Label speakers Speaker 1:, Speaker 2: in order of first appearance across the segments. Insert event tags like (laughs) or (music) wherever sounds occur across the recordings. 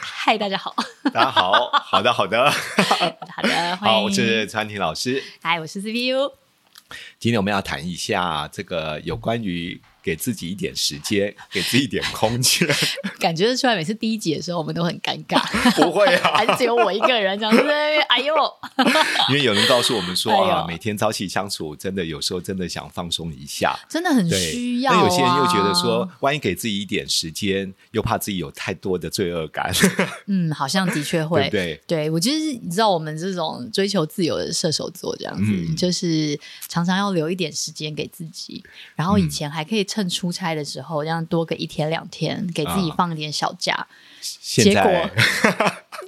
Speaker 1: 嗨，大家好，
Speaker 2: 大家好，好的，好的，
Speaker 1: 好的， (laughs) 欢迎。
Speaker 2: 好，我是川婷老师。
Speaker 1: 嗨，我是 CPU。
Speaker 2: 今天我们要谈一下这个有关于给自己一点时间，给自己一点空
Speaker 1: (laughs)
Speaker 2: 间。
Speaker 1: 感觉得出来，每次第一集的时候，我们都很尴尬，
Speaker 2: 不会啊
Speaker 1: 还，是只有我一个人这样子在那边。哎呦，
Speaker 2: 因为有人告诉我们说
Speaker 1: (laughs) 哎呦
Speaker 2: 啊，每天朝夕相处，真的有时候真的想放松一下。
Speaker 1: 真的很
Speaker 2: 对
Speaker 1: 需，要、啊。
Speaker 2: 那有些人又觉得说，，万一给自己一点时间，又怕自己有太多的罪
Speaker 1: (laughs)
Speaker 2: 恶感，
Speaker 1: 嗯，好像的确会
Speaker 2: 对不。对？
Speaker 1: 对，我就是你知道，我们这种追求自由的射手座这样子，
Speaker 2: 嗯
Speaker 1: 就是常常要留一点时间给自己。然
Speaker 2: 嗯
Speaker 1: 后以前还可以趁出差的时候，这样多个一天两天，给自己
Speaker 2: 啊
Speaker 1: 放一点小假。
Speaker 2: 现在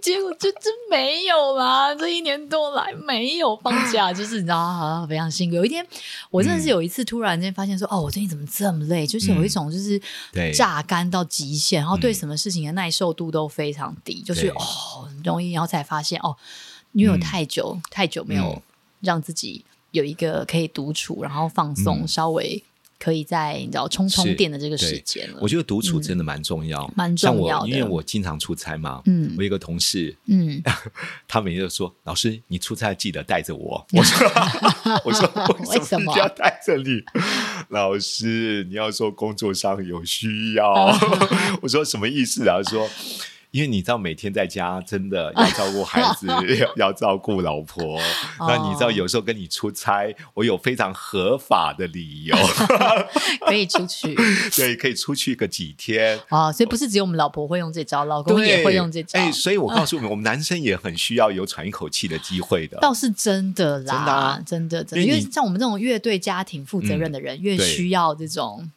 Speaker 1: 结果就真没有啦，这一年多来没有放
Speaker 2: (laughs)
Speaker 1: 假，就是你知道，啊非常辛苦。有一天，我真的是有一次突然间发现说，哦，我最近怎么这么累？就是有一种就是
Speaker 2: 对
Speaker 1: 榨干到极限，然后对
Speaker 2: 嗯
Speaker 1: 什么事情的耐受度都非常低，就是
Speaker 2: 对
Speaker 1: 哦很容易，然后才发现哦，因为我
Speaker 2: 嗯
Speaker 1: 太久、太久没有
Speaker 2: 嗯
Speaker 1: 让自己有一个可以独处，然后放松，
Speaker 2: 嗯
Speaker 1: 稍微可以在你知道充充
Speaker 2: 是
Speaker 1: 电的这个时
Speaker 2: 对
Speaker 1: 间了
Speaker 2: 我。觉得独处真的蛮重要，
Speaker 1: 嗯蛮重要
Speaker 2: 像我，
Speaker 1: 的
Speaker 2: 因为我经常出差嘛，
Speaker 1: 嗯
Speaker 2: 我有一个同事，
Speaker 1: 嗯，
Speaker 2: 他每天都说：“老师，你出差记得带
Speaker 1: (laughs)
Speaker 2: 着我。”我说：“ (laughs) 我说
Speaker 1: 为什么
Speaker 2: 一定要带着你？老师，你要说工作上有需要。”
Speaker 1: (laughs)
Speaker 2: (laughs) 我说：“什么意思啊？”他说。因为你知道，每天在家真的要照顾孩
Speaker 1: (laughs)
Speaker 2: 子， (laughs) 要要照顾老婆。
Speaker 1: 哦
Speaker 2: 那你知道，有时候跟你出差，我有非常合法的理
Speaker 1: (laughs)
Speaker 2: 由，
Speaker 1: 可以出去。
Speaker 2: 对，可以出去个几天，
Speaker 1: 啊，所以不是只有我们老婆会用这招，老公
Speaker 2: 对，
Speaker 1: 也会用这招，
Speaker 2: 哎、所以我告诉你们，我们男生也很需要有喘一口气的机会的。
Speaker 1: 倒是真的啦，
Speaker 2: 真的啊
Speaker 1: 真的真的，
Speaker 2: 因
Speaker 1: 因
Speaker 2: 为
Speaker 1: 为
Speaker 2: 你嗯
Speaker 1: 像我们这种越对家庭负责任的人，越
Speaker 2: 对
Speaker 1: 需要这
Speaker 2: (laughs)
Speaker 1: 种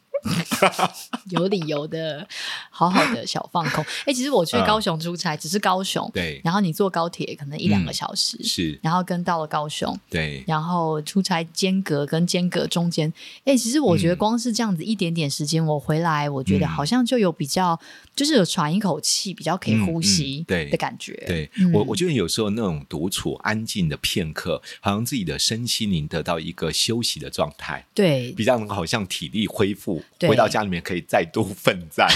Speaker 1: 有理由的好好的小放空。哎、其实我去
Speaker 2: 嗯
Speaker 1: 高雄出差，只是高雄，
Speaker 2: 对
Speaker 1: 然后你坐高铁可能一两个
Speaker 2: 嗯
Speaker 1: 小时，
Speaker 2: 是，
Speaker 1: 然后跟到了高雄，
Speaker 2: 对，
Speaker 1: 然后出差间隔跟间隔中间，哎、其实我觉得
Speaker 2: 嗯
Speaker 1: 光是这样子一点点时间，我回来，我觉得
Speaker 2: 嗯
Speaker 1: 好像就有比较，就是有喘一口气，比较可以
Speaker 2: 嗯
Speaker 1: 呼
Speaker 2: 嗯
Speaker 1: 吸
Speaker 2: 对
Speaker 1: 的感觉。
Speaker 2: 对、
Speaker 1: 嗯
Speaker 2: 我，我觉得有时候那种独处、安静的片刻，好像自己的身心灵得到一个休息的状态，
Speaker 1: 对，
Speaker 2: 比较能够好像体力恢复，
Speaker 1: 对
Speaker 2: 回到家里面可以再度奋
Speaker 1: (laughs)
Speaker 2: 战。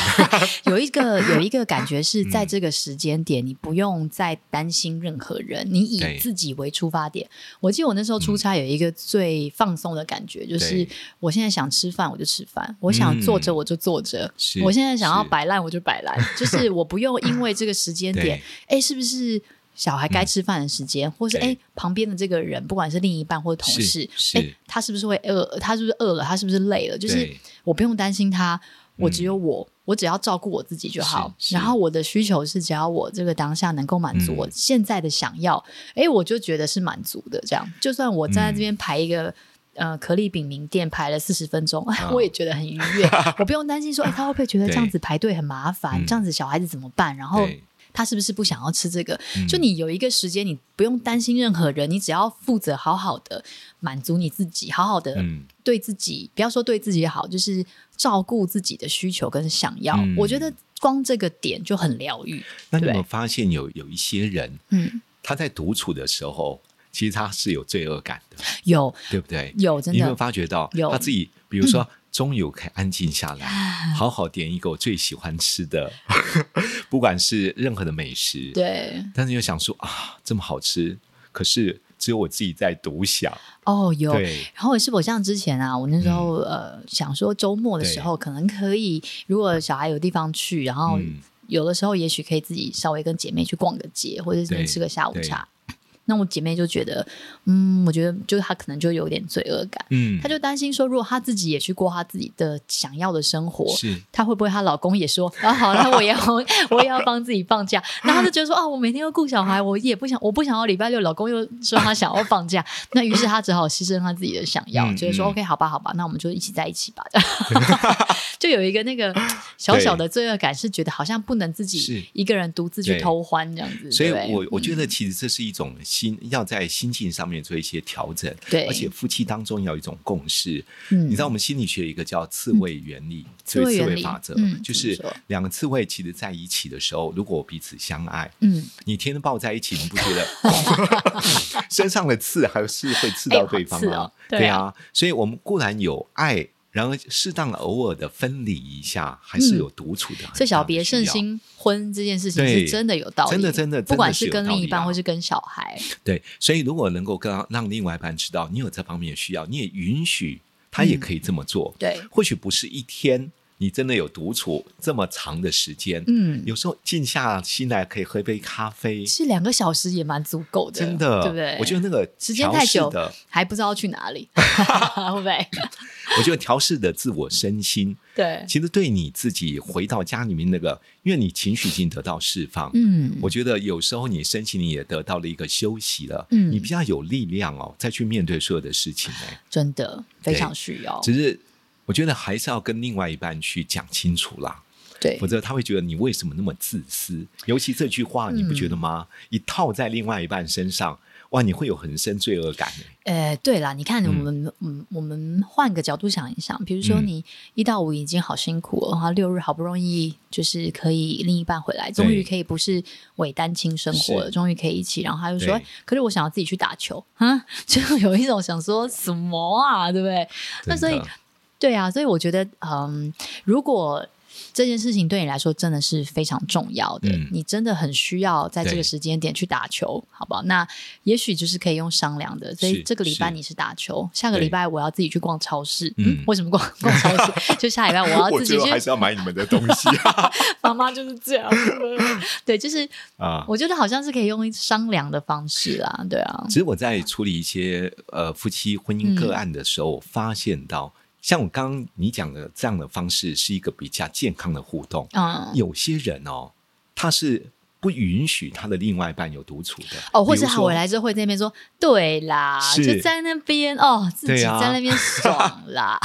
Speaker 1: 有一个有一个感觉
Speaker 2: 嗯
Speaker 1: 是在这个时间点，你不用再担心任何人，你以
Speaker 2: 对嗯
Speaker 1: 自己为出发点。我记得我那时候出差有一个最放松的感觉，就是
Speaker 2: 对
Speaker 1: 我现在想吃饭我就吃饭，我想坐着
Speaker 2: 嗯
Speaker 1: 我就坐着，
Speaker 2: 是
Speaker 1: 我现在想要
Speaker 2: 是
Speaker 1: 摆烂我就摆烂，就是我不用因为这个时间点
Speaker 2: 对，
Speaker 1: 哎，是不是？小孩该吃饭的时间，或是
Speaker 2: 嗯对
Speaker 1: 哎旁边的这个人，不管是另一半或同
Speaker 2: 是
Speaker 1: 事，
Speaker 2: 是
Speaker 1: 哎他是不是会饿？他是不是饿了？他是不是累了？就是
Speaker 2: 对嗯
Speaker 1: 我不用担心他，我只有我，我只要照顾我自己就好。
Speaker 2: 是是
Speaker 1: 然后我的需求是，只要我这个当下能够满足
Speaker 2: 嗯
Speaker 1: 我现在的想要，哎、我就觉得是满足的。这样，就算我
Speaker 2: 嗯
Speaker 1: 站在这边排一个。呃，可丽饼名店排了四十分钟，哎，
Speaker 2: 啊
Speaker 1: 我也觉得很愉
Speaker 2: (laughs)
Speaker 1: 悦，我不用担心说，哎，他会不会觉得这样子排队很麻烦，
Speaker 2: 嗯
Speaker 1: 这样子小孩子怎么办？然后
Speaker 2: 对
Speaker 1: 他是不是不想要吃这个？
Speaker 2: 嗯
Speaker 1: 就你有一个时间，你不用担心任何人，你只要负责好好的满足你自己，好好的
Speaker 2: 嗯，
Speaker 1: 对自己，不要说对自己好，就是照顾自己的需求跟想要。
Speaker 2: 嗯
Speaker 1: 我觉得光这个点就很疗愈。
Speaker 2: 那你有
Speaker 1: 对
Speaker 2: 没有发现有有一些人，
Speaker 1: 嗯，
Speaker 2: 他在独处的时候，其实他是有罪恶感的，
Speaker 1: 有
Speaker 2: 对不对？
Speaker 1: 有真
Speaker 2: 你有没有
Speaker 1: 的
Speaker 2: 发觉到
Speaker 1: 有嗯
Speaker 2: 他自己，比如说，终于我可以安静
Speaker 1: (laughs)
Speaker 2: 下来，好好点一个我最喜欢吃的， (laughs) 不管是任何的美食，。
Speaker 1: 对
Speaker 2: 但是又想说啊，这么好吃，可是只有我自己在独享，
Speaker 1: 哦有。
Speaker 2: 对嗯
Speaker 1: 然后也是我像之前啊，我那时候、呃想说周末的时候可能可以，如果小孩有地方去，然后
Speaker 2: 嗯
Speaker 1: 有的时候也许可以自己稍微跟姐妹去逛个街，或者是
Speaker 2: 对
Speaker 1: 吃个下午茶。那我姐妹就觉得，嗯，我觉得就她可能就有点罪恶感，
Speaker 2: 嗯
Speaker 1: 她就担心说，如果她自己也去过她自己的想要的生活，
Speaker 2: 是
Speaker 1: 她会不会她老公也说 (laughs) 啊好，那我也要我也要帮自己放假，那她就觉得说啊，我每天要顾小孩，我也不想我不想要礼拜六，老公又说他想要放假， (laughs) 那于是她只好牺牲她自己的想要，
Speaker 2: 嗯
Speaker 1: 觉得说、
Speaker 2: 嗯
Speaker 1: OK 好吧好吧，那我们就一起在一起
Speaker 2: (laughs)
Speaker 1: 吧， (laughs) 这样就有一个那个小小的罪恶感，是觉得好像不能自己
Speaker 2: 是
Speaker 1: 一个人独自去
Speaker 2: 对
Speaker 1: 偷欢这样子，
Speaker 2: 所以
Speaker 1: 对不对嗯
Speaker 2: 我我觉得其实这是一种心要在心境上面做一些调整，
Speaker 1: 对
Speaker 2: 而且夫妻当中要有一种共识。
Speaker 1: 嗯
Speaker 2: 你知道我们心理学有一个叫刺猬原理，所
Speaker 1: 刺猬
Speaker 2: 以刺
Speaker 1: 原
Speaker 2: 猬
Speaker 1: 理
Speaker 2: 法则，
Speaker 1: 嗯
Speaker 2: 就
Speaker 1: 怎么
Speaker 2: 是
Speaker 1: 说
Speaker 2: 两个刺猬其实在一起的时候，如果彼此相爱，
Speaker 1: 嗯，
Speaker 2: 你天天抱在一起，你不觉得 (laughs) 身上的刺还是会刺到对方
Speaker 1: 哎
Speaker 2: 吗？
Speaker 1: 好刺哦对
Speaker 2: 对啊，所以我们固然有爱，然而适当的偶尔的分离一下，还是有独处的很大的需要。
Speaker 1: 嗯所以小别胜新婚这件事情
Speaker 2: 对
Speaker 1: 是真的有道理，
Speaker 2: 真的真的
Speaker 1: 不管
Speaker 2: 真的是
Speaker 1: 是
Speaker 2: 有
Speaker 1: 跟另一
Speaker 2: 道理
Speaker 1: 半
Speaker 2: 啊
Speaker 1: 或是跟小孩，
Speaker 2: 对，所以如果能够跟让另外一半知道你有这方面的需要，你也允许他也可以这么做。
Speaker 1: 嗯对
Speaker 2: 或许不是一天，你真的有独处这么长的时间，
Speaker 1: 嗯，
Speaker 2: 有时候静下心来可以喝一杯咖啡，
Speaker 1: 是两个小时也蛮足够的，
Speaker 2: 真的，
Speaker 1: 对不对？
Speaker 2: 我觉得那个
Speaker 1: 时间
Speaker 2: 调
Speaker 1: 太
Speaker 2: 试
Speaker 1: 久
Speaker 2: 的，
Speaker 1: 还不知道去哪
Speaker 2: (laughs)
Speaker 1: 里，会不会？
Speaker 2: 我觉得调试的自我身心，
Speaker 1: 对，
Speaker 2: 其实对你自己回到家里面那个，因为你情绪已经得到释放，
Speaker 1: 嗯，
Speaker 2: 我觉得有时候你身心你也得到了一个休息了，
Speaker 1: 嗯
Speaker 2: 你比较有力量哦，再去面对所有的事情哎。
Speaker 1: 真的非
Speaker 2: 对
Speaker 1: 常需要，
Speaker 2: 只是我觉得还是要跟另外一半去讲清楚啦，
Speaker 1: 对
Speaker 2: 否，则他会觉得你为什么那么自私？尤其这句话，你不觉
Speaker 1: 嗯
Speaker 2: 得吗？一套在另外一半身上，哇，你会有很深罪恶感哎。
Speaker 1: 呃，对啦，你看我们，嗯，我们换个角度想一想，比如说
Speaker 2: 嗯
Speaker 1: 你一到五已经好辛苦了，然后六日好不容易就是可以另一半回来，终于可以不是伪单亲生活了，
Speaker 2: 是
Speaker 1: 终于可以一起，然后他就说
Speaker 2: 对
Speaker 1: 哎：“可是我想要自己去打球啊！”就有一种想说什么啊，对不对？那所以
Speaker 2: 真的
Speaker 1: 对啊，所以我觉得，嗯，如果这件事情对你来说真的是非常重要的，
Speaker 2: 嗯
Speaker 1: 你真的很需要在这个
Speaker 2: 对
Speaker 1: 时间点去打球，好不好？那也许就是可以用商量的，所以
Speaker 2: 是
Speaker 1: 这个礼拜
Speaker 2: 是
Speaker 1: 你是打球，下个
Speaker 2: 对
Speaker 1: 礼拜我要自己去逛超市。
Speaker 2: 嗯
Speaker 1: 嗯，为什么逛逛超
Speaker 2: (laughs)
Speaker 1: 市？就下礼拜我要
Speaker 2: 我
Speaker 1: 自己
Speaker 2: 最后还
Speaker 1: 去。
Speaker 2: 是要买你们的东西
Speaker 1: (laughs)
Speaker 2: 啊
Speaker 1: 妈妈就是这样，对，就是
Speaker 2: 啊！
Speaker 1: 我觉得好像是可以用商量的方式啊，对啊，
Speaker 2: 其实我在处理一些呃夫妻婚
Speaker 1: 嗯
Speaker 2: 姻个案的时候，我发现到像我刚刚你讲的这样的方式，是一个比较健康的互动。
Speaker 1: 嗯，
Speaker 2: 有些人哦，他是不允许他的另外一半有独处的
Speaker 1: 哦，或者
Speaker 2: 比如
Speaker 1: 他
Speaker 2: 说
Speaker 1: 回来之后会在那边说，对啦，
Speaker 2: 是
Speaker 1: 就在那边哦，自己
Speaker 2: 对啊
Speaker 1: 在那边爽啦，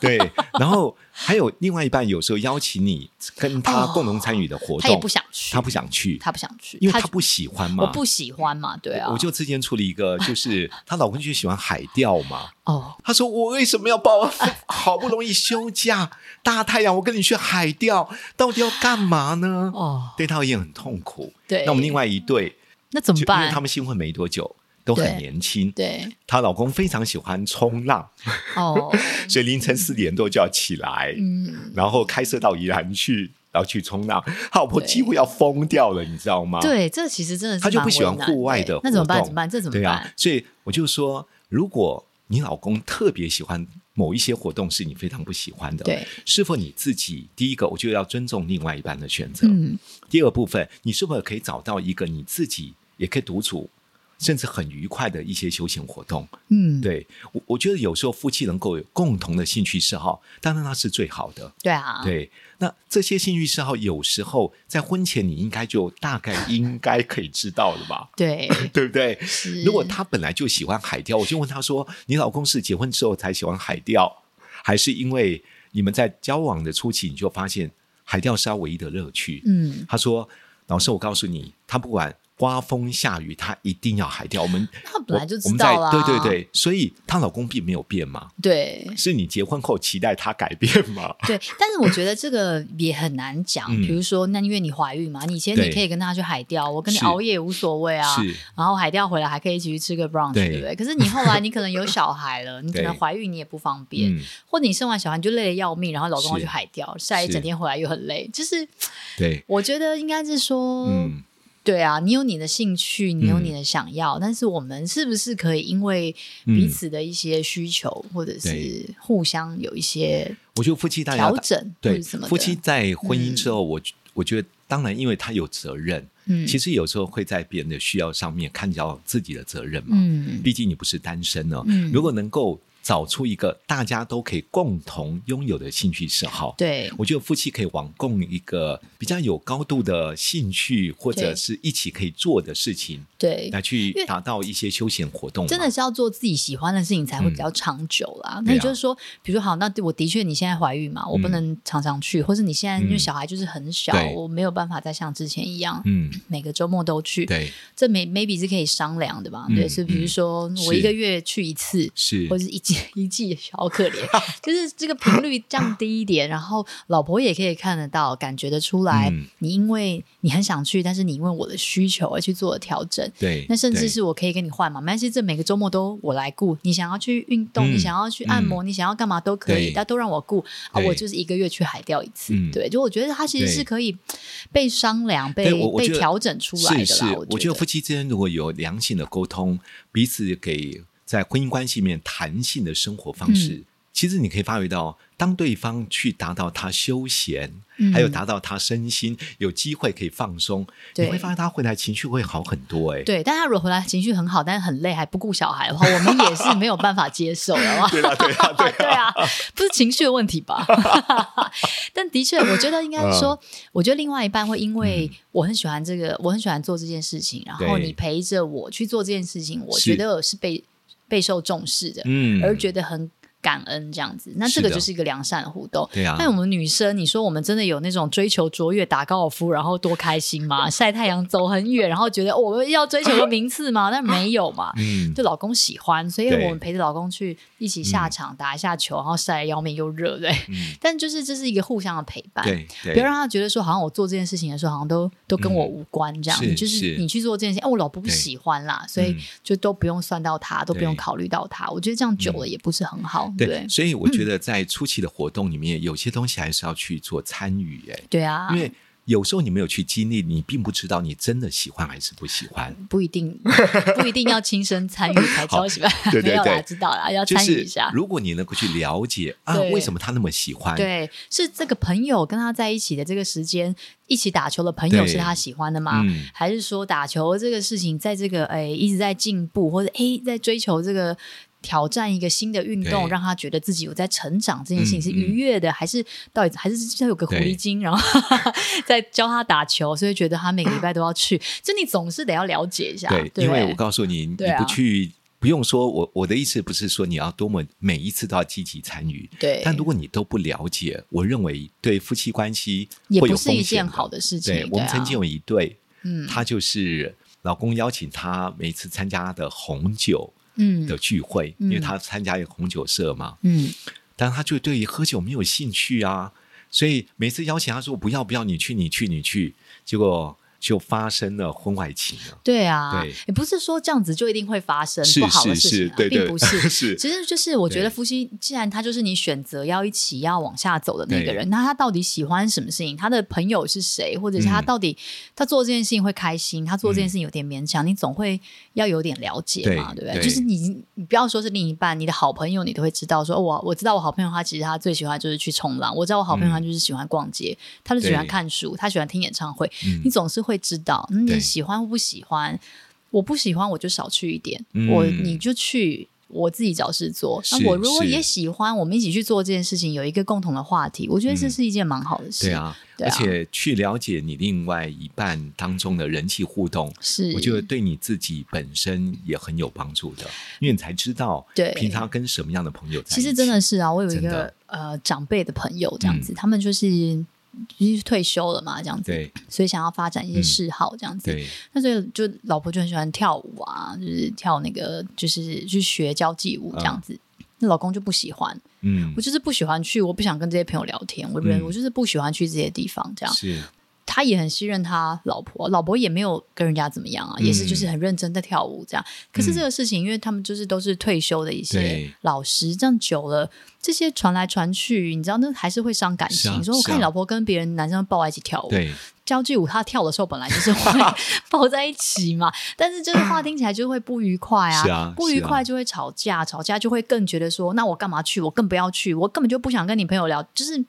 Speaker 2: 对，然后还有另外一半有时候邀请你跟他共同参与的活动，
Speaker 1: 哦他也不想去，
Speaker 2: 他不，想去，
Speaker 1: 他不想去，
Speaker 2: 因为他不喜欢嘛。
Speaker 1: 我不喜欢嘛，对啊，
Speaker 2: 我就之前处理一个，
Speaker 1: (laughs)
Speaker 2: 就是她老公就喜欢海钓嘛，
Speaker 1: 哦，
Speaker 2: 他说：“我 (laughs) 为什么要报？好不容易休假，大太阳，我跟你去海钓，到底要干嘛呢？”
Speaker 1: 哦
Speaker 2: 对他而言很痛苦。
Speaker 1: 对
Speaker 2: 那我们另外一对，
Speaker 1: 那怎么
Speaker 2: 就因为
Speaker 1: 办
Speaker 2: 他？们新婚没多久，都很
Speaker 1: 对
Speaker 2: 年轻。
Speaker 1: 对，
Speaker 2: 她老公非常喜欢冲浪，
Speaker 1: 哦，
Speaker 2: 所以凌晨四点多就要起来， (laughs)
Speaker 1: 嗯，
Speaker 2: 然后开车到宜兰去，然后去冲浪。她老婆
Speaker 1: 对
Speaker 2: 几乎要疯掉了，你知道吗？
Speaker 1: 对，这其实真的是
Speaker 2: 啊他就
Speaker 1: 蛮
Speaker 2: 不喜欢
Speaker 1: 为难
Speaker 2: 户外的
Speaker 1: 那怎么办？
Speaker 2: 活动
Speaker 1: 怎么办？这怎么
Speaker 2: 对啊
Speaker 1: 办？，
Speaker 2: 所以我就说，如果你老公特别喜欢某一些活动，是你非常不喜欢的，
Speaker 1: 对，
Speaker 2: 是否你自己第一个，我就要尊重另外一半的选择。
Speaker 1: 嗯，
Speaker 2: 第二部分，你是否可以找到一个你自己也可以独处，甚至很愉快的一些休闲活动？
Speaker 1: 嗯，
Speaker 2: 对我，我觉得有时候夫妻能够有共同的兴趣嗜好，当然那是最好的。
Speaker 1: 对啊，？
Speaker 2: 对，那这些兴趣嗜好有时候在婚前你应该就大概应该可以知道了吧 (laughs) (coughs)
Speaker 1: 对，
Speaker 2: 对不对？
Speaker 1: 是
Speaker 2: 如果他本来就喜欢海钓，我就问他说：“你老公是结婚之后才喜欢海钓，还是因为你们在交往的初期你就发现海钓是他唯一的乐趣？”
Speaker 1: 嗯，
Speaker 2: 他说：“老师，我告诉你，他不管刮风下雨，他一定要海钓。我们
Speaker 1: 他本来就
Speaker 2: 我
Speaker 1: 知
Speaker 2: 们在
Speaker 1: 道啊啦，
Speaker 2: 对对对，所以她老公并没有变嘛，
Speaker 1: 对，
Speaker 2: 是你结婚后期待他改变嘛？
Speaker 1: 对，但是我觉得这个也很难讲。
Speaker 2: 嗯
Speaker 1: 比如说，那因为你怀孕嘛，你以前你
Speaker 2: 对
Speaker 1: 可以跟他去海钓，我跟你
Speaker 2: 是
Speaker 1: 熬夜也无所谓啊。
Speaker 2: 是
Speaker 1: 然后海钓回来还可以一起去吃个 brunch，
Speaker 2: 对
Speaker 1: 对不对？可是你后来你可能有小孩了，你可能
Speaker 2: (laughs) 对
Speaker 1: 怀孕你也不方便，
Speaker 2: 嗯，
Speaker 1: 或者你生完小孩你就累得要命，然后老公要
Speaker 2: 是
Speaker 1: 去海钓，下来一整
Speaker 2: 是
Speaker 1: 天回来又很累。就是
Speaker 2: 对，
Speaker 1: 我觉得应该是说，
Speaker 2: 嗯，
Speaker 1: 对啊，你有你的兴趣，你有
Speaker 2: 嗯
Speaker 1: 你的想要，但是我们是不是可以因为彼
Speaker 2: 嗯
Speaker 1: 此的一些需求，或者是
Speaker 2: 对
Speaker 1: 互相有一些
Speaker 2: 我觉得夫妻大家
Speaker 1: 调整，或
Speaker 2: 对
Speaker 1: 者什么的
Speaker 2: 夫妻在婚姻之后，我我觉得当然，因为他有责任，
Speaker 1: 嗯
Speaker 2: 其实有时候会在别人的需要上面看到自己的责任嘛。
Speaker 1: 嗯
Speaker 2: 毕竟你不是单身呢、哦
Speaker 1: 嗯
Speaker 2: 如果能够找出一个大家都可以共同拥有的兴趣嗜好。
Speaker 1: 对
Speaker 2: 我觉得夫妻可以往共一个比较有高度的兴趣，或者
Speaker 1: 对
Speaker 2: 是一起可以做的事情，
Speaker 1: 对，
Speaker 2: 来去
Speaker 1: 为
Speaker 2: 达到一些休闲活动嘛。
Speaker 1: 真的是要做自己喜欢的事情才会比
Speaker 2: 嗯
Speaker 1: 较长久啦。
Speaker 2: 啊
Speaker 1: 那也就是说，比如说好，那我的确你现在怀孕嘛，我不能常常去，或是你现在因为
Speaker 2: 嗯
Speaker 1: 小孩就是很小，
Speaker 2: 对
Speaker 1: 我没有办法再像之前一样。
Speaker 2: 嗯，
Speaker 1: 每个周末都去，
Speaker 2: 对，
Speaker 1: 这 may, maybe 是可以商量的吧？
Speaker 2: 嗯
Speaker 1: 对，是比如说
Speaker 2: 嗯
Speaker 1: 我一
Speaker 2: 是
Speaker 1: 个月去一次，
Speaker 2: 是
Speaker 1: 或者是一季一季好可怜， (laughs) 就是这个频率降低一点，然后老婆也可以看得到、感觉得出来，
Speaker 2: 嗯
Speaker 1: 你因为你很想去，但是你因为我的需求而去做了调整。
Speaker 2: 对。
Speaker 1: 那甚至
Speaker 2: 对
Speaker 1: 是我可以跟你换嘛，没关系，这每个周末都我来顾。你想要去运动，
Speaker 2: 嗯
Speaker 1: 你想要去按摩，你想要干嘛都可以，
Speaker 2: 对
Speaker 1: 但都让我顾啊。
Speaker 2: 对
Speaker 1: 我就是一个月去海钓一次，
Speaker 2: 嗯
Speaker 1: 对，就我觉得它其实
Speaker 2: 对
Speaker 1: 是可以被商量、被
Speaker 2: 对我我
Speaker 1: 被
Speaker 2: 觉得
Speaker 1: 调整出来的啦。
Speaker 2: 是是，我觉得夫妻之间如果有良性的沟通，彼此给在婚姻关系里面弹性的生活方
Speaker 1: 嗯
Speaker 2: 式，其实你可以发觉到，当对方去达到他休闲，
Speaker 1: 嗯
Speaker 2: 还有达到他身心有机会可以放松，你
Speaker 1: 对
Speaker 2: 会发现他回来情绪会好很多、哎，
Speaker 1: 对，但他如果回来情绪很好，但是很累，还不顾小孩的话，我们也是没有办法接受的 (laughs) 嘛。对啊，对啊，对啊， (laughs) 不是情绪的问题 (laughs) 吧？但的确，我觉得应该是说，我觉得另外一半会因为我很喜欢这个，我很喜欢做这件事情，然后
Speaker 2: 对
Speaker 1: 你陪着我去做这件事情，我
Speaker 2: 是
Speaker 1: 觉得我是被备受重视的，
Speaker 2: 嗯，
Speaker 1: 而觉得很。感恩这样子，那这
Speaker 2: 是
Speaker 1: 个
Speaker 2: 的
Speaker 1: 就是一个良善的互动。
Speaker 2: 对啊
Speaker 1: 但我们女生，你说我们真的有那种追求卓越、打高尔夫，然后多开心
Speaker 2: (laughs)
Speaker 1: 吗？晒太阳、走很远，然后觉得、哦我们要追求个名次
Speaker 2: (laughs)
Speaker 1: 吗？但没有嘛。
Speaker 2: 嗯，
Speaker 1: 就老公喜欢，所以
Speaker 2: 对
Speaker 1: 我们陪着老公去一起下场打一下球，然后晒得要命又热，对。
Speaker 2: 嗯
Speaker 1: 但就是这是一个互相的陪伴，
Speaker 2: 对对，
Speaker 1: 不要让他觉得说好像我做这件事情的时候，好像都都跟我无关这样。
Speaker 2: 是
Speaker 1: 就是
Speaker 2: 是
Speaker 1: 你去做这件事情，哎，我老婆不
Speaker 2: 对
Speaker 1: 喜欢啦，所以
Speaker 2: 嗯
Speaker 1: 就都不用算到他，都不用
Speaker 2: 对嗯
Speaker 1: 考虑到他。我觉得这样久了也不是很好，对
Speaker 2: 对，所以我觉得在初期的活动里面，有些东西还是要去做参与、哎、
Speaker 1: 对啊，
Speaker 2: 因为有时候你没有去经历，你并不知道你真的喜欢还是不喜欢。
Speaker 1: 不一定不一定要亲身参与
Speaker 2: (laughs)
Speaker 1: 才知道 (laughs) 喜欢，
Speaker 2: 对对
Speaker 1: 没有啦，
Speaker 2: 对
Speaker 1: 知道啦，要
Speaker 2: 就
Speaker 1: 参与
Speaker 2: 是
Speaker 1: 一下。
Speaker 2: 如果你能够去了解啊，
Speaker 1: 对
Speaker 2: 为什么他那么喜欢？
Speaker 1: 对，是这个朋友跟他在一起的这个时间，一起打球的朋友
Speaker 2: 对
Speaker 1: 是他喜欢的吗？
Speaker 2: 嗯
Speaker 1: 还是说打球这个事情，在这个哎一直在进步，或者哎在追求这个挑战一个新的运动，
Speaker 2: 对
Speaker 1: 让他觉得自己有在成长这件事情
Speaker 2: 嗯
Speaker 1: 是愉悦的，还是到底还是要有个狐狸
Speaker 2: 对
Speaker 1: 精，然后 (laughs) 在教他打球，所以觉得他每个礼拜都要去，就你总是得要了解一下，
Speaker 2: 对
Speaker 1: 啊对，不
Speaker 2: 因为
Speaker 1: 对
Speaker 2: 我告诉你，你
Speaker 1: 对啊
Speaker 2: 不去。不用说，我我的意思不是说你要多么每一次都要积极参与，
Speaker 1: 对
Speaker 2: 但如果你都不了解，我认为对夫妻关系
Speaker 1: 也
Speaker 2: 会
Speaker 1: 不
Speaker 2: 有
Speaker 1: 是一
Speaker 2: 风险
Speaker 1: 件
Speaker 2: 的
Speaker 1: 好的事情。
Speaker 2: 对我们曾经
Speaker 1: 啊、
Speaker 2: 有一对，
Speaker 1: 嗯
Speaker 2: 他就是老公邀请他每次参加的红酒的
Speaker 1: 嗯
Speaker 2: 聚会，
Speaker 1: 嗯
Speaker 2: 因为他参加一个红酒社嘛，
Speaker 1: 嗯，
Speaker 2: 但他就对于喝酒没有兴趣啊，所以每次邀请他说不要不要，你去你去你去，结果就发生了婚外情了。
Speaker 1: 对啊
Speaker 2: 对，
Speaker 1: 也不是说这样子就一定会发生
Speaker 2: 是
Speaker 1: 不好的
Speaker 2: 是
Speaker 1: 事情、啊
Speaker 2: 是，对对。
Speaker 1: 并不是
Speaker 2: (laughs) 是
Speaker 1: 其实就是我觉得
Speaker 2: 对
Speaker 1: 夫妻，既然他就是你选择要一起要往下走的那个人，那他到底喜欢什么事情？他的朋友是谁？或者是他
Speaker 2: 嗯
Speaker 1: 到底、他做这件事情会开心？他做这件事情有点勉强，你总会要有点了解嘛，对
Speaker 2: 对
Speaker 1: 不对？
Speaker 2: 对
Speaker 1: 就是你你不要说是另一半，你的好朋友你都会知道说，哦我我知道我好朋友他其实他最喜欢就是去冲浪，我知道我好朋友他就是喜欢逛街，他就喜欢
Speaker 2: 嗯对
Speaker 1: 看书，他喜欢听演唱会，
Speaker 2: 嗯
Speaker 1: 你总是会知道、嗯、你
Speaker 2: 对
Speaker 1: 喜欢或不喜欢。我不喜欢，我就少去一点。
Speaker 2: 嗯
Speaker 1: 我你就去，我自己找事做。
Speaker 2: 是
Speaker 1: 那我如果
Speaker 2: 是
Speaker 1: 也喜欢，我们一起去做这件事情，有一个共同的话题，我觉得这是一件蛮好的事。
Speaker 2: 嗯对，啊，
Speaker 1: 对啊
Speaker 2: 而且去了解你另外一半当中的人际互动，
Speaker 1: 是
Speaker 2: 我觉得对你自己本身也很有帮助的，因为你才知道
Speaker 1: 对
Speaker 2: 平常跟什么样的朋友在一
Speaker 1: 其
Speaker 2: 起。
Speaker 1: 实真的是啊，我有一
Speaker 2: 真
Speaker 1: 个
Speaker 2: 的嗯
Speaker 1: 呃长辈的朋友这样子，他们就是。就是退休了嘛，这样子，
Speaker 2: 对嗯
Speaker 1: 所以想要发展一些嗜好，这样子。
Speaker 2: 对
Speaker 1: 那所以就老婆就很喜欢跳舞啊，就是跳那个，就是去学交际舞这样子。那老公就不喜欢，
Speaker 2: 嗯
Speaker 1: 我，就是不喜欢去，我不想跟这些朋友聊天，我人、
Speaker 2: 嗯
Speaker 1: 我就是不喜欢去这些地方这样。
Speaker 2: 是
Speaker 1: 他也很信任他老婆，老婆也没有跟人家怎么样啊，
Speaker 2: 嗯
Speaker 1: 也是就是很认真在跳舞这样。可是这个事情，因为他们就是都是退休的一些
Speaker 2: 对
Speaker 1: 老师，这样久了，这些传来传去，你知道那还是会伤感
Speaker 2: 是
Speaker 1: 情。
Speaker 2: 啊
Speaker 1: 你说我
Speaker 2: 是啊
Speaker 1: 看你老婆跟别人男生抱在一起跳舞，
Speaker 2: 对
Speaker 1: 交际舞她跳的时候本来就是
Speaker 2: (laughs)
Speaker 1: 会抱在一起嘛，但是这个话听起来就会不愉快啊，
Speaker 2: 是啊
Speaker 1: 不愉
Speaker 2: 是
Speaker 1: 快
Speaker 2: 啊
Speaker 1: 就会吵架，吵架就会更觉得说，那我干嘛去？我更不要去，我根本就不想跟你朋友聊。就是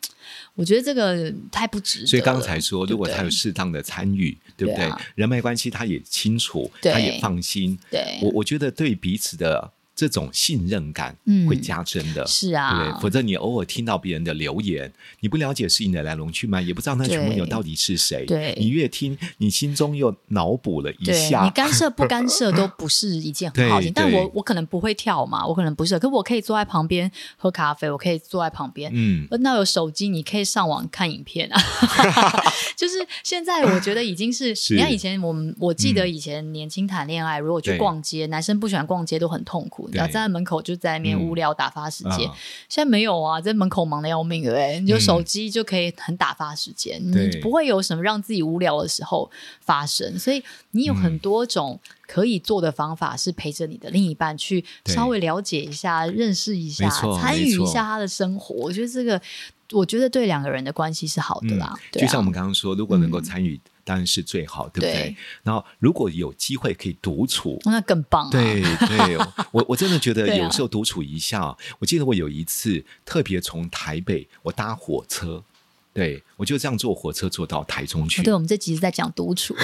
Speaker 1: 我觉得这个太不值得了。
Speaker 2: 所以刚才说，
Speaker 1: 对
Speaker 2: 如
Speaker 1: 不
Speaker 2: 果
Speaker 1: 对
Speaker 2: 他有适当的参与，对不
Speaker 1: 对
Speaker 2: 对
Speaker 1: 啊？
Speaker 2: 人脉关系他也清楚，
Speaker 1: 对
Speaker 2: 他也放心。
Speaker 1: 对啊
Speaker 2: 我我觉得对彼此的这种信任感
Speaker 1: 嗯
Speaker 2: 会加深的。
Speaker 1: 是
Speaker 2: 对不
Speaker 1: 啊
Speaker 2: 对，，否则你偶尔听到别人的留言，你不了解事情的来龙去脉，也不知道那群朋友
Speaker 1: 对
Speaker 2: 到底是谁。
Speaker 1: 对
Speaker 2: 你越听，你心中又脑补了一
Speaker 1: 对
Speaker 2: 下
Speaker 1: 你，干涉不干涉都不是一件很好
Speaker 2: (laughs)
Speaker 1: 的事情。
Speaker 2: 对
Speaker 1: 但
Speaker 2: 对
Speaker 1: 我我可能不会跳嘛，我可能不是，可我可以坐在旁边喝咖啡，我可以坐在旁边。
Speaker 2: 嗯，
Speaker 1: 呃那有手机，你可以上网看影片
Speaker 2: (laughs)
Speaker 1: 啊。 (laughs) 就是现在，我觉得已经是
Speaker 2: 是嗯
Speaker 1: 你看以前我们，我记得以前年轻谈恋爱，如果去
Speaker 2: 对
Speaker 1: 逛街，男生不喜欢逛街都很痛苦，你知道
Speaker 2: 对
Speaker 1: 站在门口就在那边
Speaker 2: 嗯
Speaker 1: 无聊打发时间
Speaker 2: 啊。
Speaker 1: 现在没有啊，在门口忙的要命，对不对？你就
Speaker 2: 嗯
Speaker 1: 手机就可以很打发时间，
Speaker 2: 对
Speaker 1: 你不会有什么让自己无聊的时候发生。所以你有很多种可以做的方法，是陪着你的另一半去
Speaker 2: 对
Speaker 1: 稍微了解一下、认识一下
Speaker 2: 没、错
Speaker 1: 参与一
Speaker 2: 没错
Speaker 1: 下他的生活。我觉得这个，我觉得对两个人的关系是好的啦。对啊嗯
Speaker 2: 嗯就像我们刚刚说，如果能够参与，当然是最好，对不对
Speaker 1: 对？
Speaker 2: 然后如果有机会可以独处。
Speaker 1: 那更棒、啊。
Speaker 2: (laughs) 对
Speaker 1: (laughs)
Speaker 2: 对，我我真的觉得
Speaker 1: 对啊
Speaker 2: 有时候独处一下，啊我记得我有一次特别从台北，我搭火车，对我就这样坐火车坐到台中去
Speaker 1: 哦。对，我们这集是在讲独处，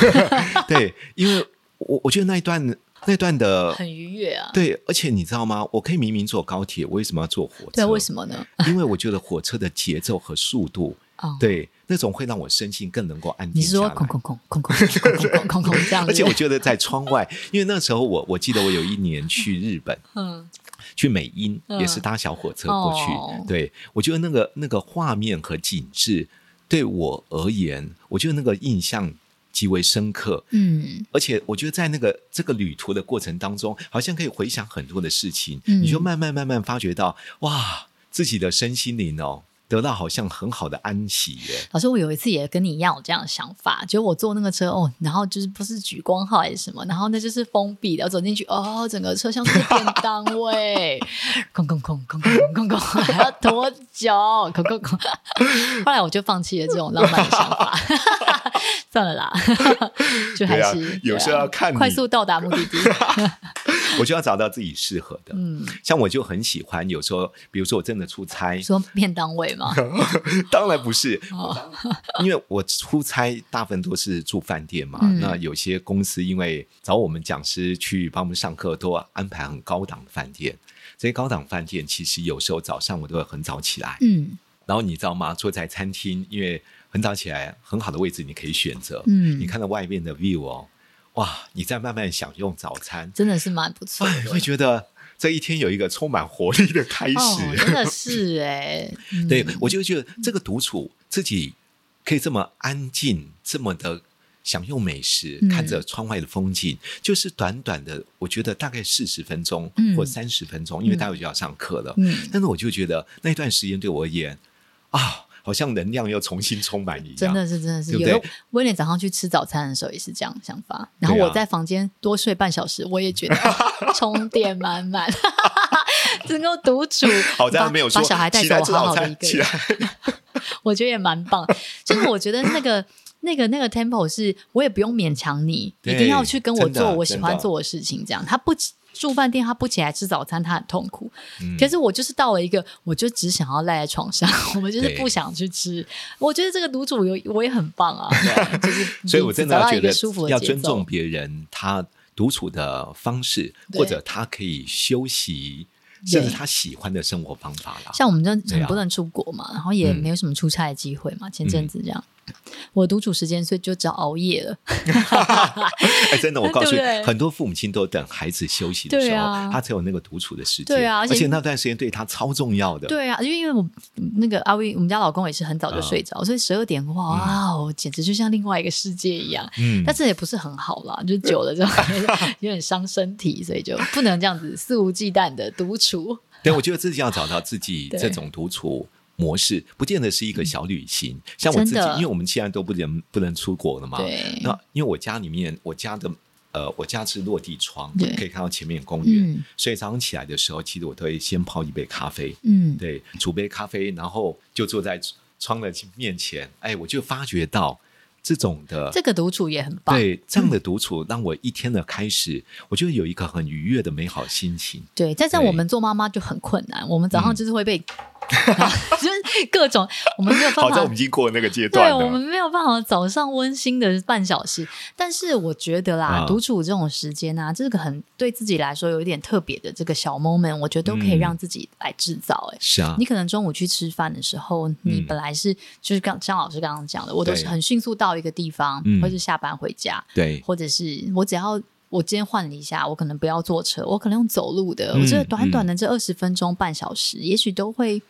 Speaker 2: 对，因为我我觉得那一段那段的
Speaker 1: 很愉悦啊。
Speaker 2: 对，而且你知道吗？我可以明明坐高铁，为什么要坐火车？
Speaker 1: 对啊，为什么 (laughs) 呢？
Speaker 2: 么？因为我觉得火车的节奏和速度，
Speaker 1: 哦，
Speaker 2: 对那种会让我身心更能够安
Speaker 1: 你
Speaker 2: 定
Speaker 1: 是
Speaker 2: 下来。
Speaker 1: 说空空空空空空空空空空这样子？
Speaker 2: 而且我觉得在窗外，因为那时候我我记得我有一年去日本，
Speaker 1: 嗯，
Speaker 2: 去美英
Speaker 1: 嗯
Speaker 2: 也是搭小火车过去，
Speaker 1: 哦
Speaker 2: 对我觉得那个那个画面和景致对我而言，我觉得那个印象极为深刻。
Speaker 1: 嗯，
Speaker 2: 而且我觉得在那个这个旅途的过程当中，好像可以回想很多的事情，
Speaker 1: 嗯
Speaker 2: 你就慢慢慢慢发觉到，哇，自己的身心灵哦，得到好像很好的安息耶。
Speaker 1: 老师，我有一次也跟你一样有这样的想法，就我坐那个车哦，然后就是不是举光号还是什么，然后那就是封闭的，我走进去哦，整个车厢都是便当味，空空空空空空空，还要多久？空空空。后来我就放弃了这种浪漫的想法，算了啦，就还是、
Speaker 2: 对啊
Speaker 1: 对
Speaker 2: 有时候要看你
Speaker 1: 快速到达目的地。
Speaker 2: 我就要找到自己适合的。
Speaker 1: 嗯，
Speaker 2: 像我就很喜欢，有时候，比如说我真的出差，
Speaker 1: 说便当味嘛，
Speaker 2: (laughs) 当然不是，
Speaker 1: 哦，
Speaker 2: (laughs) 因为我出差大部分都是住饭店嘛。
Speaker 1: 嗯
Speaker 2: 那有些公司因为找我们讲师去帮我们上课，都安排很高档的饭店。这些高档饭店其实有时候早上我都会很早起来，
Speaker 1: 嗯
Speaker 2: 然后你知道吗？坐在餐厅，因为很早起来，很好的位置你可以选择。
Speaker 1: 嗯，
Speaker 2: 你看到外面的 view 哦，哇！你在慢慢享用早餐，
Speaker 1: 真的是蛮不错
Speaker 2: 哎，
Speaker 1: 的。
Speaker 2: 会觉得这一天有一个充满活力的开始。
Speaker 1: 哦，真的是哎、嗯
Speaker 2: 对，我就觉得这个独处自己可以这么安静，这么的享用美食，
Speaker 1: 嗯
Speaker 2: 看着窗外的风景，就是短短的，我觉得大概四十分钟
Speaker 1: 嗯
Speaker 2: 或三十分钟，因为待会就要上课了。
Speaker 1: 嗯
Speaker 2: 但是我就觉得那段时间对我而言啊，好像能量又重新充满一样。
Speaker 1: 真的是，真的是，
Speaker 2: 对不
Speaker 1: 有
Speaker 2: 对
Speaker 1: 时候威廉早上去吃早餐的时候也是这样想法，然后
Speaker 2: 对啊
Speaker 1: 我在房间多睡半小时，我也
Speaker 2: (laughs)
Speaker 1: 觉得充电满满， (laughs) 能够独处。
Speaker 2: (laughs) 好在
Speaker 1: 把
Speaker 2: 没有说
Speaker 1: 把小孩带
Speaker 2: 起
Speaker 1: 走，
Speaker 2: 来
Speaker 1: 我
Speaker 2: 吃
Speaker 1: 好
Speaker 2: 早
Speaker 1: 好的
Speaker 2: 餐
Speaker 1: 一个
Speaker 2: 起
Speaker 1: 人
Speaker 2: 来，
Speaker 1: (laughs) 我觉得也蛮棒。就是我觉得那个。那个那个 tempo 是我也不用勉强你，
Speaker 2: 对
Speaker 1: 一定要去跟我
Speaker 2: 真的啊
Speaker 1: 做我喜欢
Speaker 2: 真的
Speaker 1: 做的事情。这样，他不起住饭店，他不起来吃早餐，他很痛苦。
Speaker 2: 嗯
Speaker 1: 可是我就是到了一个，我就只想要赖在床上， (laughs) 我们就是
Speaker 2: 对
Speaker 1: 不想去吃。我觉得这个独处有我也很棒
Speaker 2: (laughs)
Speaker 1: 啊，对就是
Speaker 2: 所以我真的
Speaker 1: 找
Speaker 2: 要
Speaker 1: 到一
Speaker 2: 觉
Speaker 1: 个
Speaker 2: 得
Speaker 1: 舒服的
Speaker 2: 要
Speaker 1: 节
Speaker 2: 尊
Speaker 1: 奏
Speaker 2: 重。别人他独处的方式，
Speaker 1: 对
Speaker 2: 或者他可以休息，
Speaker 1: 对
Speaker 2: 甚至他喜欢的生活方法啦。
Speaker 1: 像我们就
Speaker 2: 对
Speaker 1: 很
Speaker 2: 啊
Speaker 1: 不能出国嘛，然后也
Speaker 2: 嗯
Speaker 1: 没有什么出差的机会嘛。前阵子这样，我独处时间，所以就只好熬夜了。
Speaker 2: 哎，真的，我告诉你，
Speaker 1: (laughs) 对不对
Speaker 2: 很多父母亲都等孩子休息的时
Speaker 1: 对
Speaker 2: 候，
Speaker 1: 啊
Speaker 2: 他才有那个独处的时间。
Speaker 1: 对啊而
Speaker 2: 而
Speaker 1: 且
Speaker 2: 那段时间 (laughs) 对他嗯超重要的。
Speaker 1: 对啊，因为因为我那个阿威，我们家老公也是很早就睡着，所以十二点哇，哇哦，简直就像另外一个世界一样。
Speaker 2: 嗯，
Speaker 1: 但是也不是很好啦，就久了之后 (laughs) 有点伤身体，所以就不能这样子肆无忌惮的独处。
Speaker 2: 对，我觉得自己要找到自己
Speaker 1: 对嗯
Speaker 2: 这种独处。模式不见得是一个小旅行，像我
Speaker 1: 真
Speaker 2: 自己
Speaker 1: 的，
Speaker 2: 因为我们现在都不能不能出国了嘛。
Speaker 1: 对
Speaker 2: 那因为我家里面，我家的呃，我家是落地窗
Speaker 1: 对，
Speaker 2: 可以看到前面公园，
Speaker 1: 嗯
Speaker 2: 所以早上起来的时候，其实我都会先泡一杯咖啡，
Speaker 1: 嗯，
Speaker 2: 对，煮杯咖啡，然后就坐在窗的面前，哎，我就发觉到这种的。
Speaker 1: 这个嗯独处也很棒。
Speaker 2: 对这样的独处，让我一天的开始，我就有一个很愉悦的美好心情。
Speaker 1: 对，但是我
Speaker 2: 对嗯
Speaker 1: 们做妈妈就很困难，我们早上就是会被 (laughs) 然后就是各种我们没有办
Speaker 2: 好在我
Speaker 1: 法
Speaker 2: 们已。经过了那个阶段
Speaker 1: 对我们
Speaker 2: 了。
Speaker 1: 没有办法早上温馨的半小时，但是我觉得啦，
Speaker 2: 啊
Speaker 1: 独处这种时间啊，这个很对自己来说有一点特别的这个小 moment，我觉得都可以
Speaker 2: 嗯
Speaker 1: 让自己来制造、欸。
Speaker 2: 是啊嗯
Speaker 1: 你可能中午去吃饭的时候，你本来是就是刚像老师刚刚讲的，我都是
Speaker 2: 对
Speaker 1: 很迅速到一个地方，
Speaker 2: 嗯
Speaker 1: 或是下班回家，
Speaker 2: 对，
Speaker 1: 或者是我只要我今天换了一下，我可能不要坐车，我可能用走路的。
Speaker 2: 嗯
Speaker 1: 我觉得短短的这二十分钟、半小时，也许都会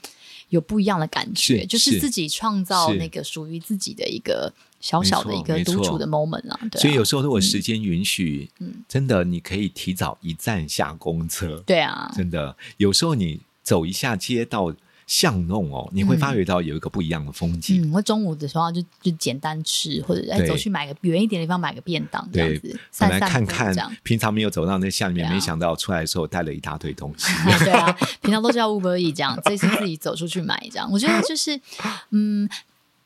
Speaker 1: 有不一样的感觉，
Speaker 2: 是
Speaker 1: 就是
Speaker 2: 是
Speaker 1: 自己创造
Speaker 2: 是
Speaker 1: 那个属于自己的一个小小的一个
Speaker 2: 没错
Speaker 1: 独处的 moment 啊。
Speaker 2: 所
Speaker 1: 对
Speaker 2: 以
Speaker 1: 啊，
Speaker 2: 有时候如果时间允许，
Speaker 1: 嗯
Speaker 2: 真的你可以提早一站下公车，
Speaker 1: 对啊，
Speaker 2: 真的有时候你走一下街道巷弄哦，你会
Speaker 1: 嗯
Speaker 2: 发觉到有一个不一样的风景。
Speaker 1: 嗯，我中午的时候就就简单吃，或者哎
Speaker 2: 对
Speaker 1: 走去买个远一点的地方买个便当这样
Speaker 2: 对
Speaker 1: 子，，
Speaker 2: 本
Speaker 1: 散
Speaker 2: 来
Speaker 1: 散
Speaker 2: 看
Speaker 1: 步这样
Speaker 2: 看。，平常没有走到那巷里面，
Speaker 1: 对啊
Speaker 2: 没想到出来的时候带了一大堆东
Speaker 1: (laughs)
Speaker 2: 西。
Speaker 1: 对啊，平常都是要 Uber E 这样，这次自己走出去买这样。我觉得就是，嗯，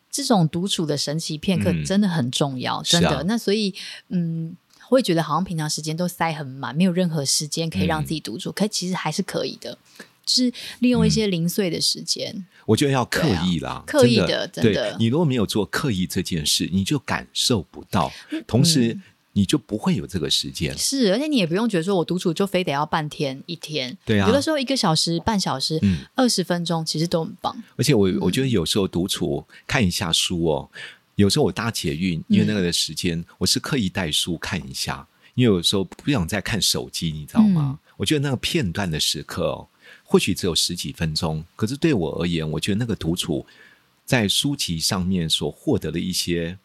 Speaker 1: 这种独处的神奇片刻
Speaker 2: 嗯
Speaker 1: 真的很重要，真
Speaker 2: 是
Speaker 1: 的。
Speaker 2: 啊
Speaker 1: 那所以，嗯。会觉得好像平常时间都塞很满，没有任何时间可以让自
Speaker 2: 嗯
Speaker 1: 己独处，可其实还是可以的，就是利用一些零碎的时间。
Speaker 2: 我觉得要刻意啦，
Speaker 1: 啊刻意
Speaker 2: 真
Speaker 1: 的真的
Speaker 2: 对你如果没有做刻意这件事，你就感受不到，同时你就不会有这个时间。
Speaker 1: 嗯是，而且你也不用觉得说我独处就非得要半天一天，
Speaker 2: 对啊
Speaker 1: 有的时候一个小时、半小时
Speaker 2: 嗯、
Speaker 1: 二十、分钟其实都很棒。
Speaker 2: 而且我我觉得有时候独处看一下书哦，有时候我搭捷运，因为那个的时间，我是刻意带书看一下，因为有时候不想再看手机，你知道吗？我觉得那个片段的时刻哦，或许只有十几分钟，可是对我而言，我觉得那个独处在书籍上面所获得的一些。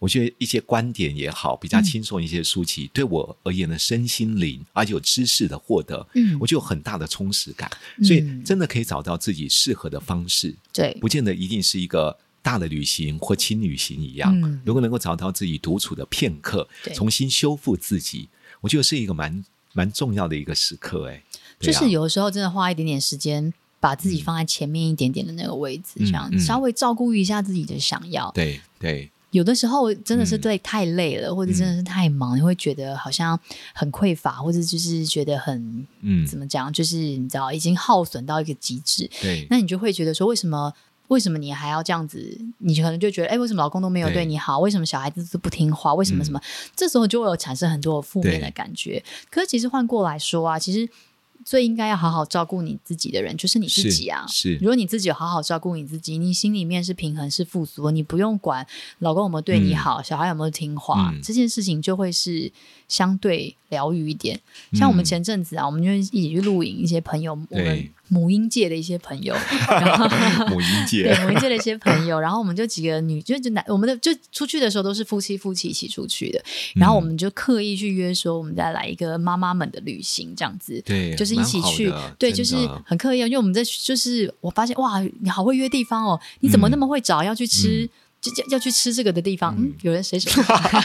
Speaker 2: 我觉得一些观点也好，比较轻松一些书籍，对我而言的身心灵，而且有知识的获得，
Speaker 1: 嗯
Speaker 2: 我就有很大的充实感。所以
Speaker 1: 嗯
Speaker 2: 真的可以找到自己适合的方式，
Speaker 1: 对，
Speaker 2: 不见得一定是一个大的旅行或轻旅行一样。
Speaker 1: 嗯
Speaker 2: 如果能够找到自己独处的片刻
Speaker 1: 对，
Speaker 2: 重新修复自己，我觉得是一个蛮蛮重要的一个时刻、哎，
Speaker 1: 就
Speaker 2: 对啊
Speaker 1: 是有的时候真的花一点点时间，把自己放在前面一点点的那个位置，
Speaker 2: 嗯
Speaker 1: 这样、
Speaker 2: 嗯
Speaker 1: 稍微照顾一下自己的想要。
Speaker 2: 对对
Speaker 1: 有的时候真的是
Speaker 2: 嗯
Speaker 1: 对太累了，或者真的是太忙，你会觉得好像很匮乏，或者就是觉得很
Speaker 2: 嗯
Speaker 1: 怎么讲，就是你知道已经耗损到一个极致，
Speaker 2: 对
Speaker 1: 那你就会觉得说为什么？为什么你还要这样子？你可能就觉得，哎、为什么老公都没有
Speaker 2: 对嗯
Speaker 1: 对你好？为什么小孩子都不听话？为什么什么？这时候就会有产生很多负面的
Speaker 2: 对
Speaker 1: 感觉。可是其实换过来说啊，其实最应该要好好照顾你自己的人就是你自己啊。
Speaker 2: 是
Speaker 1: 如果你自己有好好照顾你自己，你心里面是平衡是富足的，你不用管老公有没有对你好，小孩有没有听话，
Speaker 2: 嗯
Speaker 1: 这件事情就会是相对疗愈一点。像我们
Speaker 2: 嗯
Speaker 1: 前阵子啊，我们就一起去露营，一些朋友，我们
Speaker 2: 对
Speaker 1: 母婴界的一些朋
Speaker 2: (laughs)
Speaker 1: 友，
Speaker 2: 母婴
Speaker 1: 对
Speaker 2: 啊节，
Speaker 1: 母婴界的一些朋友，然后我们就几个女，就就男，我们的就出去的时候都是夫妻夫妻一起出去的，然后我们就刻意去约说，我们再来一个妈妈们的旅行，这样子，
Speaker 2: 对，
Speaker 1: 就是一起去
Speaker 2: 蛮好的，
Speaker 1: 对，
Speaker 2: 真的
Speaker 1: 就是很刻意啊，因为我们在就是我发现哇，你好会约地方哦，你怎么
Speaker 2: 嗯
Speaker 1: 那么会找要去吃？就就要去吃这个的地方，嗯，有人谁手， (laughs)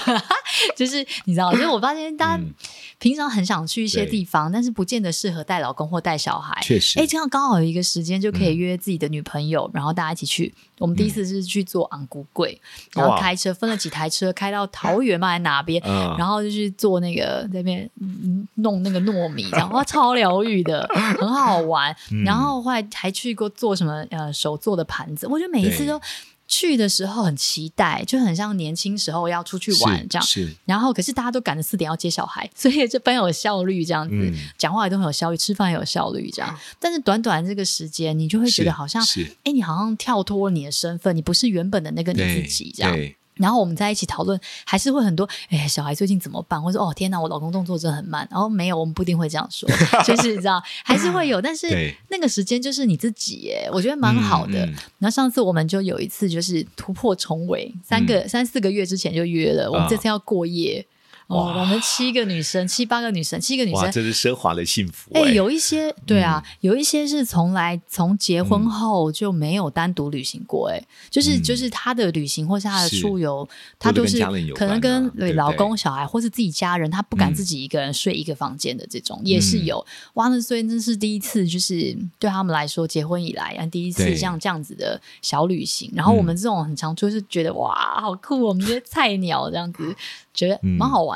Speaker 1: 就是你知道，就是我发现大家
Speaker 2: 嗯
Speaker 1: 平常很想去一些
Speaker 2: 对
Speaker 1: 地方，但是不见得适合带老公或带小孩。
Speaker 2: 确实嗯
Speaker 1: 哎，这样刚好有一个时间就可以约自己的女朋友，然后大家一起去。我们第一次是去做昂古贵，然后
Speaker 2: 哇
Speaker 1: 开车分了几台车，开到桃园嘛，还哪边？
Speaker 2: 嗯
Speaker 1: 然后就去做那个在那边嗯弄那个糯米，
Speaker 2: (laughs)
Speaker 1: 然后哇，超疗愈的，很好玩。
Speaker 2: 嗯
Speaker 1: 然后后来还去过做什么呃手做的盘子，我觉得每一次
Speaker 2: 对
Speaker 1: 都去的时候很期待，就很像年轻时候要出去玩
Speaker 2: 是
Speaker 1: 这样。
Speaker 2: 是
Speaker 1: 然后可是大家都赶着四点要接小孩，所以就非常有效率，这样子、
Speaker 2: 嗯
Speaker 1: 讲话也都很有效率，吃饭也有效率，这样。但是短短这个时间，你就会觉得
Speaker 2: 是
Speaker 1: 好像，
Speaker 2: 是
Speaker 1: 哎，你好像跳脱你的身份，你不是原本的那个你
Speaker 2: 对
Speaker 1: 自己，这样。
Speaker 2: 对
Speaker 1: 然后我们在一起讨论，还是会很多，哎，小孩最近怎么办？或者说哦，天哪，我老公动作真的很慢。然后没有，我们不一定会这样说，就是你知道，还是会有，但是
Speaker 2: 对
Speaker 1: 那个时间就是你自己耶，我觉得蛮好的。
Speaker 2: 嗯嗯
Speaker 1: 然后上次我们就有一次就是突破重围，三
Speaker 2: 嗯
Speaker 1: 个、三四个月之前就约了，我们这次要过夜。哦，
Speaker 2: 啊哇
Speaker 1: 我们七个女生，七八个女生，七个女
Speaker 2: 哇，
Speaker 1: 生，
Speaker 2: 这是奢华的幸福、
Speaker 1: 哎、
Speaker 2: 哎、
Speaker 1: 有一些对啊，
Speaker 2: 嗯
Speaker 1: 有一些是从来从结婚后就没有单独旅行过、哎、就是
Speaker 2: 嗯
Speaker 1: 就是他的旅行或是他的
Speaker 2: 是
Speaker 1: 出游，他都
Speaker 2: 都是
Speaker 1: 是
Speaker 2: 跟家人有
Speaker 1: 可能
Speaker 2: 关啊
Speaker 1: 跟
Speaker 2: 对不
Speaker 1: 老
Speaker 2: 对
Speaker 1: 公、小孩或是自己家人，他不敢
Speaker 2: 嗯
Speaker 1: 自己一个人睡一个房间的这种、也是有。哇，那所以那是第一次，就是对他们来说结婚以来啊，第一次
Speaker 2: 对
Speaker 1: 这样这样子的小旅行。然后我
Speaker 2: 嗯
Speaker 1: 们这种很常就是觉得哇，好酷，我们这些菜鸟这样子，觉得蛮好玩的。
Speaker 2: 嗯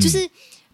Speaker 1: 就是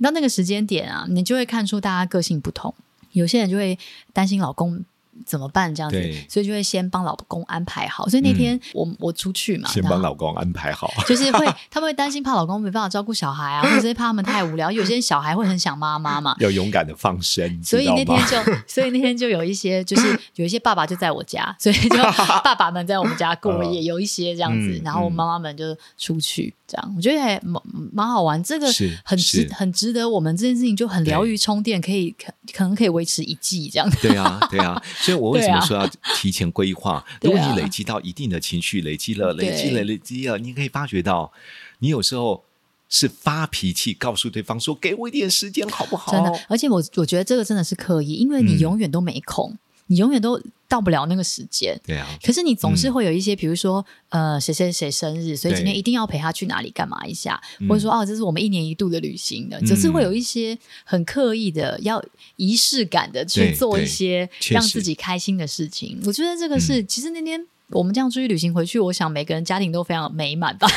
Speaker 1: 到那个时间点啊，你就会看出大家个性不同。有些人就会担心老公怎么办这样子
Speaker 2: 对，嗯
Speaker 1: 所以就会先帮老公安排好。所以那天我、我出去嘛，
Speaker 2: 先
Speaker 1: 然
Speaker 2: 帮
Speaker 1: 后
Speaker 2: 老公安排好。
Speaker 1: 就是会，他们会担心怕老公没办法照顾小孩啊，或者是怕他们太无聊。有些小孩会很想妈妈嘛，
Speaker 2: 要勇敢的放生，
Speaker 1: 所以
Speaker 2: 知道
Speaker 1: 那天
Speaker 2: (laughs) 吗？
Speaker 1: 就，所以那天就有一些，
Speaker 2: (laughs)
Speaker 1: 就是有一些爸爸就在我家，所以就爸爸们在我们家过夜，有一些这样子
Speaker 2: 嗯，
Speaker 1: 然后
Speaker 2: 嗯
Speaker 1: 妈妈们就出去，这样我觉得还蛮蛮好玩，这个
Speaker 2: 是
Speaker 1: 很值
Speaker 2: 是
Speaker 1: 很值得我们这件事情就很疗愈充电，可以可可能可以维持一季这样。
Speaker 2: 对啊，对啊，所以我为什么
Speaker 1: 对啊
Speaker 2: 说要提前规
Speaker 1: (laughs)
Speaker 2: 划？
Speaker 1: 对
Speaker 2: 如
Speaker 1: 啊
Speaker 2: 果你累积到一定的情绪，累积了，累积了，
Speaker 1: 对
Speaker 2: 累积了，你可以发觉到，你有时候是发脾气，告诉对方说：“给我一点时间，好不好？”
Speaker 1: 真的，而且我我觉得这个真的是刻意，因为你
Speaker 2: 嗯
Speaker 1: 永远都没空，你永远都到不了那个时间。
Speaker 2: (laughs) 对啊，
Speaker 1: 可是你总是会有一些，比如说，呃，谁谁谁生日，所以今天
Speaker 2: 对
Speaker 1: 一定要陪他去哪里干嘛一下，
Speaker 2: 嗯
Speaker 1: 或者说，哦，这是我们一年一度的旅行的，只是会有一些很刻意的、要仪式感的去
Speaker 2: 对
Speaker 1: 做一
Speaker 2: 对
Speaker 1: 些
Speaker 2: 确
Speaker 1: 让
Speaker 2: 实嗯
Speaker 1: 自己开心的事情。我觉得这个是，其实那天。我们这样出去旅行回去，我想每个人家庭都非常美满
Speaker 2: (laughs)
Speaker 1: 吧。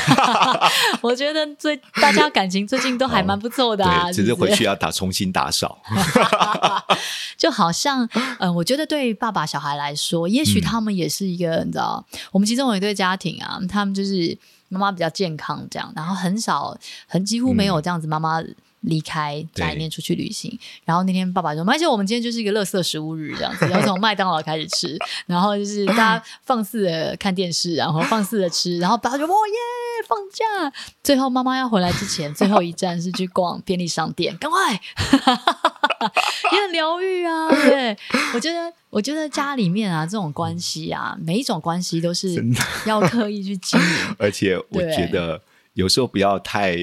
Speaker 1: 我觉得最大家感情最近都还蛮不错的啊，
Speaker 2: (laughs) 对，
Speaker 1: 是
Speaker 2: 只
Speaker 1: 不
Speaker 2: 是
Speaker 1: 是
Speaker 2: 回去要打重新打
Speaker 1: (laughs)
Speaker 2: 扫。
Speaker 1: 就好像，嗯，我觉得对于爸爸小孩来说，也许他们也是一个，你知道，我们其中有一对家庭啊，他们就是妈妈比较健康这样，然后很少，很几乎没有这样子妈妈。离开家里面出去旅行，然后那天爸爸说：“而且我们今天就是一个乐色食物日，这样子，要从麦当劳开始吃，然后就是大家放肆的看电视，然后放肆的吃，然后爸爸就哇哦耶放假。最后妈妈要回来之前，最后一站是去逛便利商店，赶快， (laughs) 也很疗愈
Speaker 2: (laughs)
Speaker 1: 啊。对，我觉得，我觉得家里面啊，这种关系啊，每一种关系都是
Speaker 2: 真的
Speaker 1: 要刻意去经
Speaker 2: (laughs)
Speaker 1: 营。
Speaker 2: 而且我
Speaker 1: 对
Speaker 2: 觉得有时候不要太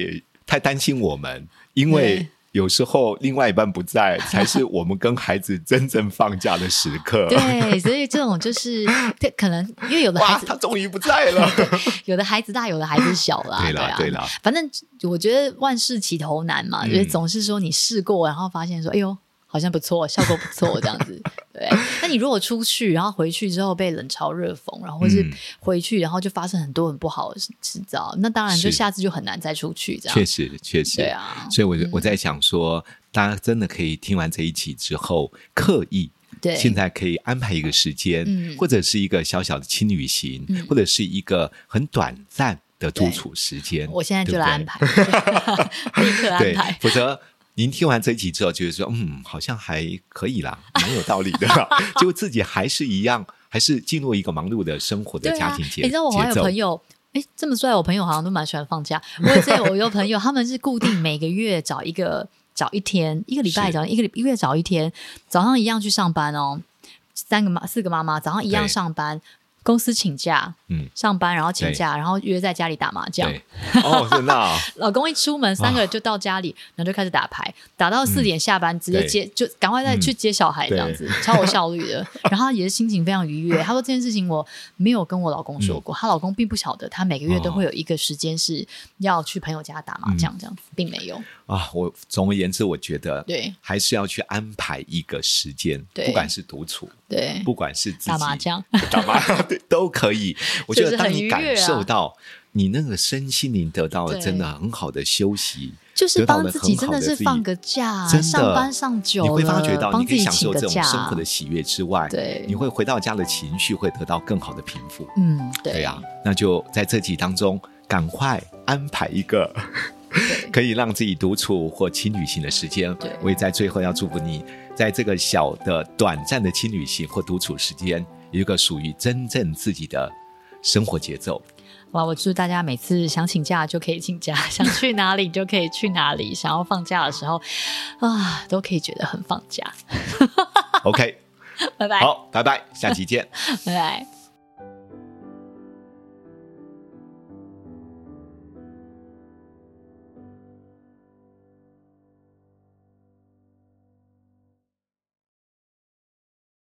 Speaker 2: 太担心我们，因为
Speaker 1: 对
Speaker 2: 有时候另外一半不在，才是我们跟孩子真正放假的时刻。
Speaker 1: 对，所以这种就是，对，可能因为有的孩
Speaker 2: 哇，
Speaker 1: 子
Speaker 2: 他终于不在
Speaker 1: (laughs)
Speaker 2: 了。
Speaker 1: 有的孩子大，有的孩子小啦。
Speaker 2: 对啦
Speaker 1: 啦，，
Speaker 2: 对啦，
Speaker 1: 反正我觉得万事起头难嘛，
Speaker 2: 嗯
Speaker 1: 就是总是说你试过，然后发现说，哎呦，好像不错，效果不错，这样
Speaker 2: (laughs)
Speaker 1: 子。对，那你如果出去，然后回去之后被冷嘲热讽，然后或是
Speaker 2: 嗯
Speaker 1: 回去，然后就发生很多很不好的事制造，那当然就是下次就很难再出去这样
Speaker 2: 确。实，确实，
Speaker 1: 对啊，
Speaker 2: 所以我，我在想说，大家真的可以听完这一期之后，刻意
Speaker 1: 对，
Speaker 2: 现在可以安排一个时间，
Speaker 1: 嗯
Speaker 2: 或者是一个小小的轻旅行，
Speaker 1: 嗯
Speaker 2: 或者是一个很短暂的独处时间。
Speaker 1: 我现在就来安
Speaker 2: 排，
Speaker 1: 排， (laughs) 立刻安
Speaker 2: 对
Speaker 1: 排，。
Speaker 2: 否则。您听完这一集之后，觉得说，嗯，好像还可以啦，蛮有道理
Speaker 1: (laughs)
Speaker 2: 的啦。结果自己还是一样，还是进入一个忙碌的生活的
Speaker 1: 对
Speaker 2: 家
Speaker 1: 啊
Speaker 2: 庭，节
Speaker 1: 诶你知道我还
Speaker 2: 节
Speaker 1: 有
Speaker 2: 奏。
Speaker 1: 朋友，哎，这么说来，我朋友好像都蛮喜欢放假。我也有我有朋友，他们是固定每个月找一个找一天，一个礼拜
Speaker 2: 是
Speaker 1: 找一个礼一个月找一天，早上一样去上班哦。三个妈四个妈妈早上一样
Speaker 2: 对
Speaker 1: 上班，公司请假，
Speaker 2: 嗯
Speaker 1: 上班然后请
Speaker 2: 对
Speaker 1: 假，然后约在家里打麻将。
Speaker 2: 对，哦，真的啊、
Speaker 1: 老公一出门，三个人就到家里，然后就开始打牌，打到
Speaker 2: 嗯
Speaker 1: 四点下班，直接接就赶快再去接小孩，这样子、超有效率
Speaker 2: (laughs)
Speaker 1: 的。然后他也是心情非常愉悦。他说这件事情我没有跟我老公说过，
Speaker 2: 嗯
Speaker 1: 她老公并不晓得，他每个月都会有一个时间是要去朋友家打麻
Speaker 2: 嗯
Speaker 1: 将，这样子、并没有。
Speaker 2: 啊，我总而言之，我
Speaker 1: (laughs)
Speaker 2: 觉得
Speaker 1: 对
Speaker 2: 还是要去安排一个时间，
Speaker 1: 对
Speaker 2: 不管是独
Speaker 1: (laughs)
Speaker 2: 处，
Speaker 1: 对，
Speaker 2: 不管是自己
Speaker 1: 打麻，
Speaker 2: (laughs)
Speaker 1: 将，
Speaker 2: 打麻对都可
Speaker 1: (laughs)
Speaker 2: 以。我觉
Speaker 1: 就是
Speaker 2: 得当
Speaker 1: 很愉
Speaker 2: 你
Speaker 1: 悦
Speaker 2: 感
Speaker 1: 啊
Speaker 2: 受到你那个身心灵得到了
Speaker 1: 对
Speaker 2: 真的很好的休息，
Speaker 1: 啊就是
Speaker 2: 得到
Speaker 1: 帮
Speaker 2: 了
Speaker 1: 自己
Speaker 2: 很
Speaker 1: 真
Speaker 2: 好的
Speaker 1: 是
Speaker 2: 自己
Speaker 1: 放个假，
Speaker 2: 真的
Speaker 1: 上班上久了，
Speaker 2: 你会发觉到
Speaker 1: 帮
Speaker 2: 你可
Speaker 1: 自
Speaker 2: 以
Speaker 1: 己
Speaker 2: 享
Speaker 1: 请
Speaker 2: 受
Speaker 1: 个
Speaker 2: 这种
Speaker 1: 假，
Speaker 2: 生活的喜悦之外，
Speaker 1: 对
Speaker 2: 你会回到家的情绪会得到更好的平复。
Speaker 1: 嗯，对
Speaker 2: 对啊，那就在这集当中赶快安排一个
Speaker 1: 对
Speaker 2: (laughs) 可以让自己独处或轻旅行的时间
Speaker 1: 对。
Speaker 2: 我也在最后要祝福你，在这个小的短暂的轻旅行或独处时间，有一个属于真正自己的生活
Speaker 1: (laughs)
Speaker 2: 节奏。
Speaker 1: 哇！我祝大家每次想请假就可以请假， (laughs) 想去哪里就可以去哪里，想要放假的时候啊，都可以觉得很放假。 (laughs)
Speaker 2: OK，
Speaker 1: 拜拜，
Speaker 2: 好，拜拜，下期见。
Speaker 1: 拜拜。